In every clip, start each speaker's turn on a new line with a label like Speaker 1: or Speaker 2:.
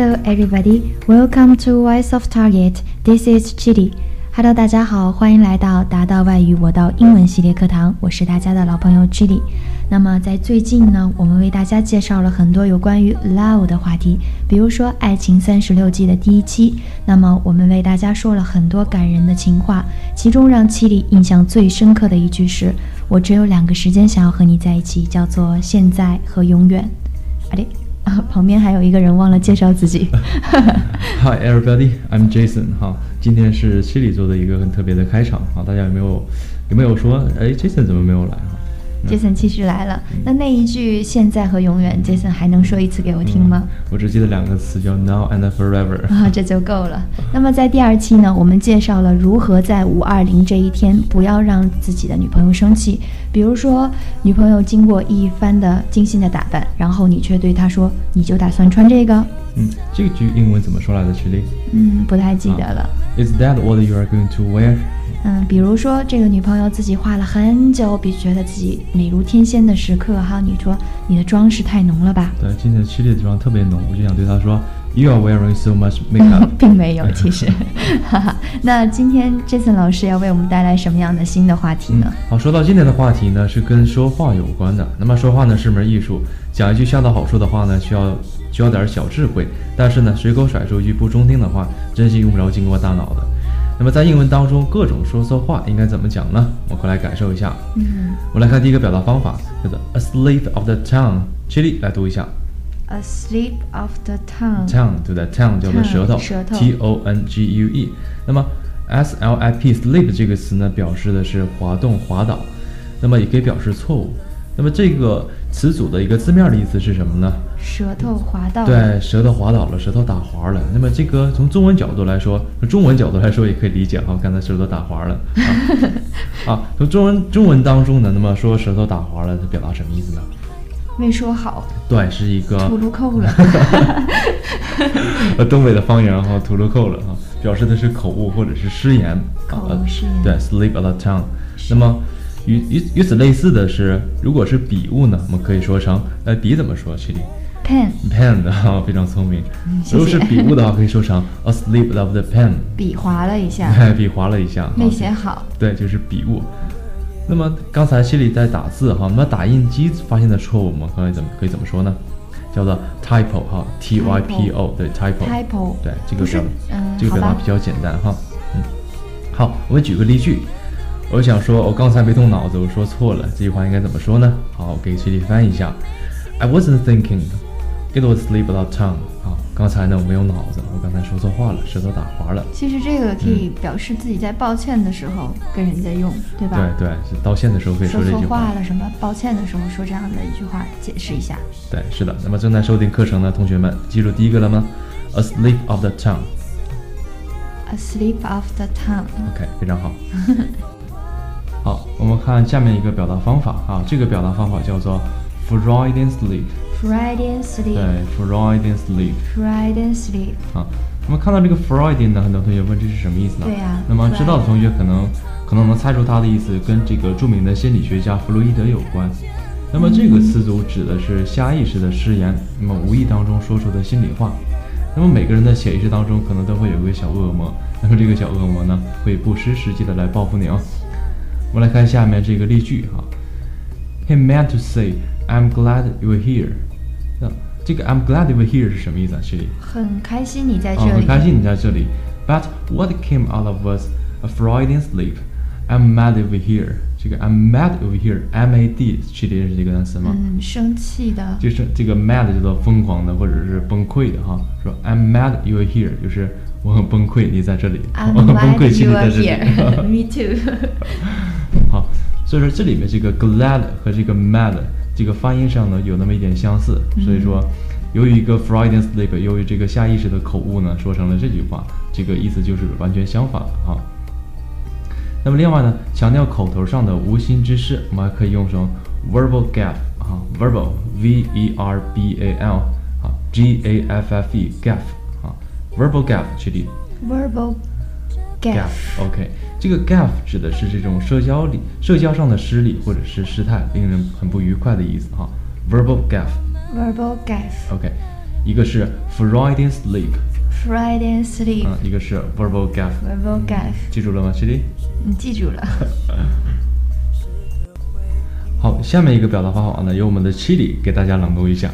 Speaker 1: everybody. Welcome to Voice of Target. This is Chidi. Hello，大家好，欢迎来到达到外语我到英文系列课堂，我是大家的老朋友 Chidi。那么在最近呢，我们为大家介绍了很多有关于 love 的话题，比如说《爱情三十六计》的第一期。那么我们为大家说了很多感人的情话，其中让 Chidi 印象最深刻的一句是：“我只有两个时间想要和你在一起，叫做现在和永远。”啊对。啊， 旁边还有一个人忘了介绍自己。
Speaker 2: Hi everybody, I'm Jason。哈，今天是七里做的一个很特别的开场啊，大家有没有有没有说，哎，Jason 怎么没有来啊？
Speaker 1: Jason 其实来了，那那一句“现在和永远 ”，Jason 还能说一次给我听吗？
Speaker 2: 嗯我只记得两个词叫 now and forever。
Speaker 1: 啊，这就够了。那么在第二期呢，我们介绍了如何在五二零这一天不要让自己的女朋友生气。比如说，女朋友经过一番的精心的打扮，然后你却对她说：“你就打算穿这个
Speaker 2: 嗯，这句英文怎么说来着，七里？”啊
Speaker 1: 嗯，不太记得了。
Speaker 2: ？Is that what you are going to wear？
Speaker 1: 嗯，比如说这个女朋友自己画了很久，比觉得自己美如天仙的时刻，哈，你说你的妆饰太浓了吧？。
Speaker 2: 对，今天七里的妆特别浓，我就想对他说，You are wearing so much makeup
Speaker 1: 并没有，其 实，嗯 哈哈。那今天 Jason 老师要为我们带来什么样的新的话题
Speaker 2: 嗯
Speaker 1: 呢？，
Speaker 2: 好，说到今天的话题呢，是跟说话有关的。那么说话呢是门艺术，讲一句恰到好处的话呢，需要需要点小智慧，但是呢，随口甩出一句不中听的话，真是用不着经过大脑的。那么在英文当中，各种说错话应该怎么讲呢？我快来感受一下。
Speaker 1: 嗯
Speaker 2: 我来看第一个表达方法，叫做 a slave of the tongue。切力来读一下
Speaker 1: ，A slip of the tongue，
Speaker 2: ，tongue 对不对？tongue 叫做舌头
Speaker 1: tongue，舌头
Speaker 2: ，t o n g u e。那么 s l i p slip 这个词呢，表示的是滑动、滑倒，那么也可以表示错误。那么这个词组的一个字面的意思是什么呢？
Speaker 1: 舌头滑到。
Speaker 2: 对，舌头滑倒了，舌头打滑了。那么这个从中文角度来说，从中文角度来说也可以理解哈，刚才舌头打 滑了啊啊。从中文中文当中呢，那么说舌头打滑了，它表达什么意思呢？
Speaker 1: 没说好，
Speaker 2: 对，是一个
Speaker 1: 吐噜扣了。
Speaker 2: 呃东北的方言哈，吐露扣了哈，表示的是口误或者是失言。
Speaker 1: 口误
Speaker 2: 啊
Speaker 1: 失言
Speaker 2: 对，slip of the tongue。那么与与与此类似的是，如果是笔误呢，我们可以说成呃笔怎么说？徐丽
Speaker 1: Pen
Speaker 2: pen 哈，非常聪明。
Speaker 1: 嗯谢谢
Speaker 2: 如果是笔误的话，可以说成 a slip of the pen。
Speaker 1: 笔划了一下，
Speaker 2: 哎， 笔划了一下，
Speaker 1: 没
Speaker 2: 哈
Speaker 1: 写好。
Speaker 2: 对，就是笔误。那么刚才西里在打字哈，那打印机发现的错误，我们可以怎么可以怎么说呢？叫做 typo 哈，t y p o 对 typo
Speaker 1: Typo
Speaker 2: 对这
Speaker 1: 不
Speaker 2: 个
Speaker 1: 是
Speaker 2: 表，
Speaker 1: 嗯
Speaker 2: 这个
Speaker 1: 好
Speaker 2: 表达
Speaker 1: 吧
Speaker 2: 比较简单哈。嗯，好，我们举个例句。我想说，我刚才没动脑子，我说错了，这句话应该怎么说呢？好，我给西里翻译一下。I wasn't thinking. It was slip of the tongue. 啊，刚才呢我没有脑子，我刚才说错话了，舌头打滑了。
Speaker 1: 其实这个可以表示自己在抱歉的时候跟人家用，对吧？
Speaker 2: 对对，是道歉的时候可以
Speaker 1: 说
Speaker 2: 说这
Speaker 1: 错
Speaker 2: 句
Speaker 1: 话了什么？抱歉的时候说这样的一句话，解释一下。
Speaker 2: 对，是的。那么正在收听课程的同学们，记住第一个了吗？A slip of the tongue。
Speaker 1: A slip of the tongue，
Speaker 2: OK，非常好。好，我们看下面一个表达方法啊，这个表达方法叫做 Freudian slip。
Speaker 1: Freudian slip。
Speaker 2: 对，Freudian slip
Speaker 1: Friday sleep，
Speaker 2: 啊。那么看到这个 Freudian 呢，很多同学问这是什么意思呢？
Speaker 1: 对呀
Speaker 2: 那么知道的同学可能可能能猜出它的意思，跟这个著名的心理学家弗洛伊德有关。那么这个
Speaker 1: 嗯
Speaker 2: 词组指的是下意识的失言，那么无意当中说出的心里话。那么每个人的潜意识当中可能都会有一个小恶魔，那么这个小恶魔呢会不失时机的来报复你哦。我们来看下面这个例句哈、He meant to say I'm glad you're here。那这个 I'm glad you're here 是什么意思啊？学弟？
Speaker 1: 很开心你在这
Speaker 2: 哦，
Speaker 1: 里。
Speaker 2: 很开心你在这里。But what came out of was a Freudian sleep. I'm mad over here. 这个 I'm mad over here. M A D 区别是这个单词吗？
Speaker 1: 嗯，生气的，
Speaker 2: 就是这个 mad 叫做疯狂的或者是崩溃的哈。说 I'm mad you are here 就是我很崩溃，你在这里，
Speaker 1: I'm
Speaker 2: 我很崩
Speaker 1: glad
Speaker 2: 溃，其实
Speaker 1: you
Speaker 2: 在
Speaker 1: are
Speaker 2: 这里。
Speaker 1: here. Me too.
Speaker 2: 好，所以说这里面这个 glad 和这个 mad 这个发音上呢有那么一点相似，所以说由于一个 Freudian slip，由于这个下意识的口误呢，说成了这句话，这个意思就是完全相反了哈。那么另外呢，强调口头上的无心之失，我们还可以用成 verbal gaffe 啊，verbal v e r b a l 啊 g a f f e gaffe 啊，verbal gaffe 确定。
Speaker 1: Verbal gaffe，
Speaker 2: OK，这个 gaffe 指的是这种社交里、社交上的失礼或者是失态，令人很不愉快的意思哈。Verbal gaffe。
Speaker 1: verbal gaffe，
Speaker 2: OK，一个是 Freudian sleep，
Speaker 1: Friday sleep
Speaker 2: 嗯，一个是 verbal gap，
Speaker 1: verbal gap，
Speaker 2: 记住了吗，Chili？
Speaker 1: 你记住了。
Speaker 2: 好，下面一个表达方法呢，由我们的 Chili 给大家朗读一下。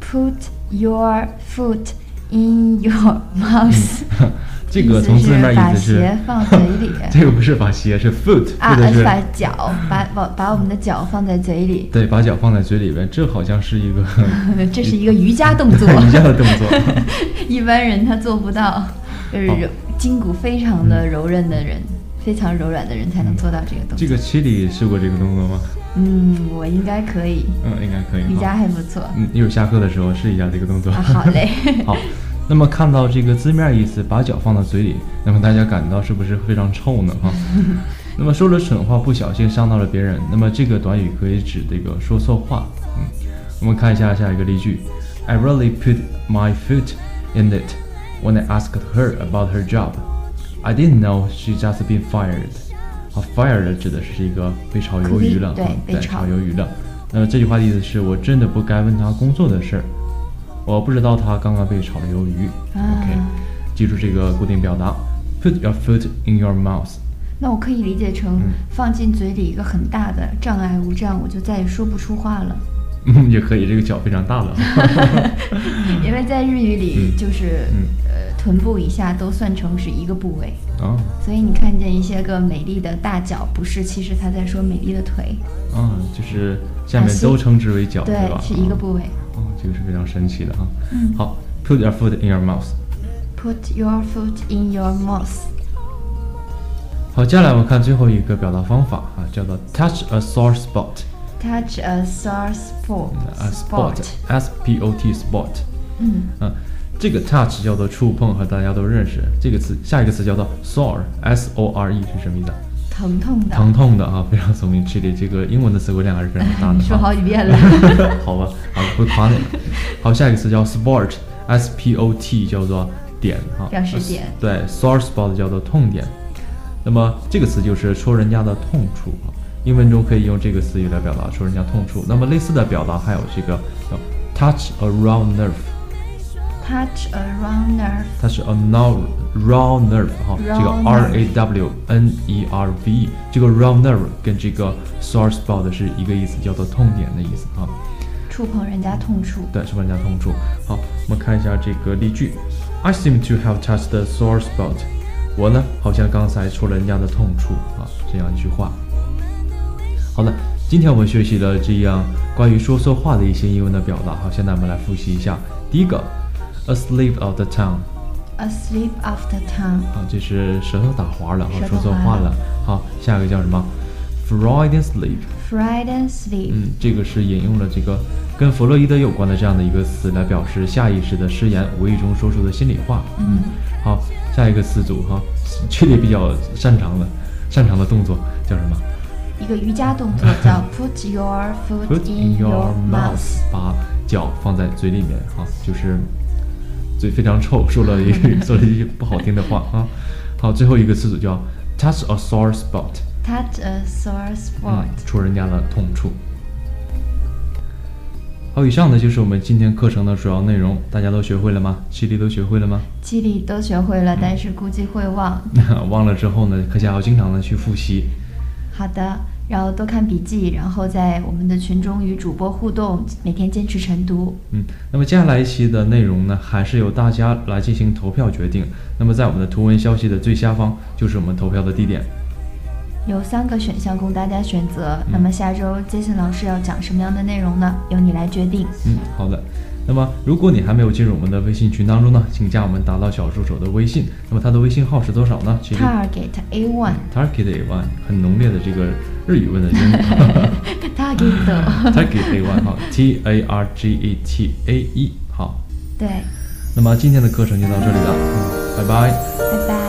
Speaker 1: Put your foot in your mouth，
Speaker 2: 嗯这个从字面
Speaker 1: 把
Speaker 2: 意思是
Speaker 1: 鞋，放嘴 里
Speaker 2: 这个不是把鞋，是 foot，
Speaker 1: 啊，
Speaker 2: 或者是
Speaker 1: 把脚把把把我们的脚放在嘴里，
Speaker 2: 对，把脚放在嘴里边，这好像是一个
Speaker 1: 这是一个瑜伽动作，
Speaker 2: 瑜伽的动作。
Speaker 1: 一般人他做不到，就是
Speaker 2: 好
Speaker 1: 柔筋骨非常的柔韧的人，非常柔软的人才能做到这个动
Speaker 2: 这
Speaker 1: 作。
Speaker 2: 个 Chili 试过这个动作吗？
Speaker 1: 嗯，我应该可以，
Speaker 2: 嗯，应该可以。
Speaker 1: 瑜伽
Speaker 2: 好，
Speaker 1: 还不 错。
Speaker 2: 嗯，一会儿下课的时候试一下这个动作。
Speaker 1: 啊，好嘞。
Speaker 2: 好，那么看到这个字面意思，把脚放到嘴里，那么大家感到是不是非常臭呢？哈、 那么说了蠢话，不小心伤到了别人，那么这个短语可以指这个说错话。嗯，我们看一下下一个例句：I really put my foot in it when I asked her about her job. I didn't know she just been fired. 啊，fired 指的是一个被炒鱿鱼了，
Speaker 1: 对
Speaker 2: 啊
Speaker 1: 被炒
Speaker 2: 炒鱿鱼了。那么这句话的意思是我真的不该问她工作的事儿，我不知道她刚刚被炒了鱿鱼。
Speaker 1: 啊
Speaker 2: OK，记住这个固定表达，put your foot in your mouth。
Speaker 1: 那我可以理解成
Speaker 2: 嗯
Speaker 1: 放进嘴里一个很大的障碍物，这样我就再也说不出话 了。
Speaker 2: 嗯，也可以，这个脚非常大了。
Speaker 1: 因为在日语里，
Speaker 2: 嗯
Speaker 1: 就是、
Speaker 2: 嗯
Speaker 1: 呃臀部以下都算成是一个部位，
Speaker 2: 啊
Speaker 1: 所以你看见一些个美丽的大脚，不是其实他在说美丽的腿，
Speaker 2: 啊，就是下面都称之为脚，
Speaker 1: 对
Speaker 2: 吧？，
Speaker 1: 是一个部位。
Speaker 2: 哦，这个是非常神奇的哈。啊
Speaker 1: 嗯
Speaker 2: 好，put your foot in your mouth。
Speaker 1: Put your foot in your mouth。
Speaker 2: 好，接下来我们看最后一个表达方法啊，叫做 touch a sore spot。
Speaker 1: Touch a sore spot.
Speaker 2: a spot，s 呃 p o t spot。
Speaker 1: 嗯
Speaker 2: 嗯，这个 touch 叫做触碰，和大家都认识。这个词，下一个词叫做 sore，s o r e 是什么意思啊？
Speaker 1: 疼痛的。
Speaker 2: 疼痛的啊，非常聪明，Chili 这个英文的词汇量还是非常大的啊。
Speaker 1: 你说好几遍了。
Speaker 2: 好吧，好会夸你。好，下一个词叫 sport，S P O T 叫做点哈，
Speaker 1: 表示点
Speaker 2: 对，sore spot 叫做痛点。那么这个词就是说人家的痛处哈，英文中可以用这个词语来表达说人家痛处。那么类似的表达还有这个叫 touch around nerve，touch
Speaker 1: Touch around nerve.
Speaker 2: a now raw nerve 哈，这
Speaker 1: Raw
Speaker 2: 个 R A W N E R V E 这个 raw nerve 跟这个 sore spot 是一个意思，叫做痛点的意思哈。
Speaker 1: 触碰人家痛处。
Speaker 2: 对，是玩家痛处。好，我们看一下这个例句：I seem to have touched the sore spot。我呢，好像刚才戳了人家的痛处啊，这样一句话。好了，今天我们学习了这样关于说错话的一些英文的表达。好，现在我们来复习一下。第一个，asleep of the town，
Speaker 1: A slip of the tongue.
Speaker 2: 啊，这是舌头打滑了，啊
Speaker 1: 舌，头
Speaker 2: 说错
Speaker 1: 滑
Speaker 2: 话
Speaker 1: 了
Speaker 2: 了。好，下一个叫什么？Freudian sleep。
Speaker 1: Friday sleep.
Speaker 2: 嗯，这个是引用了这个跟弗洛伊德有关的这样的一个词来表示下意识的失言，无意中说出的心里话。
Speaker 1: 嗯，
Speaker 2: 好，下一个词组哈，区里比较擅长的擅长的动作叫什么
Speaker 1: 一个瑜伽动作叫 Put your foot
Speaker 2: 嗯？Put in your
Speaker 1: mouth。
Speaker 2: mouth，把脚放在嘴里面哈，就是嘴非常臭，说了一 说了一句不好听的话啊。好，最后一个词组叫 touch a sore spot，
Speaker 1: Touch a sore
Speaker 2: 嗯
Speaker 1: spot.，
Speaker 2: 戳人家的痛处。好，以上呢就是我们今天课程的主要内容，大家都学会了吗？七力都学会了吗？
Speaker 1: 记忆力都学会
Speaker 2: 嗯
Speaker 1: 了，但是估计会忘。
Speaker 2: 忘了之后呢，课下要经常的去复习。
Speaker 1: 好的，然后多看笔记，然后在我们的群中与主播互动，每天坚持晨读。
Speaker 2: 嗯，那么接下来一期的内容呢，还是由大家来进行投票决定。那么在我们的图文消息的最下方，就是我们投票的地点。
Speaker 1: 有三个选项供大家选择。
Speaker 2: 嗯
Speaker 1: 那么下周 Jason 老师要讲什么样的内容呢？由你来决定。
Speaker 2: 嗯，好的。那么，如果你还没有进入我们的微信群当中呢，请加我们打到小助手的微信。那么他的微信号是多少呢？七力
Speaker 1: Target A one,
Speaker 2: Target A one 很浓烈的这个日语问的音。
Speaker 1: target，
Speaker 2: 嗯 Target A one 哈，T A R G E T A E 好，
Speaker 1: 对，
Speaker 2: 那么今天的课程就到这里了，嗯，拜拜。
Speaker 1: 拜拜。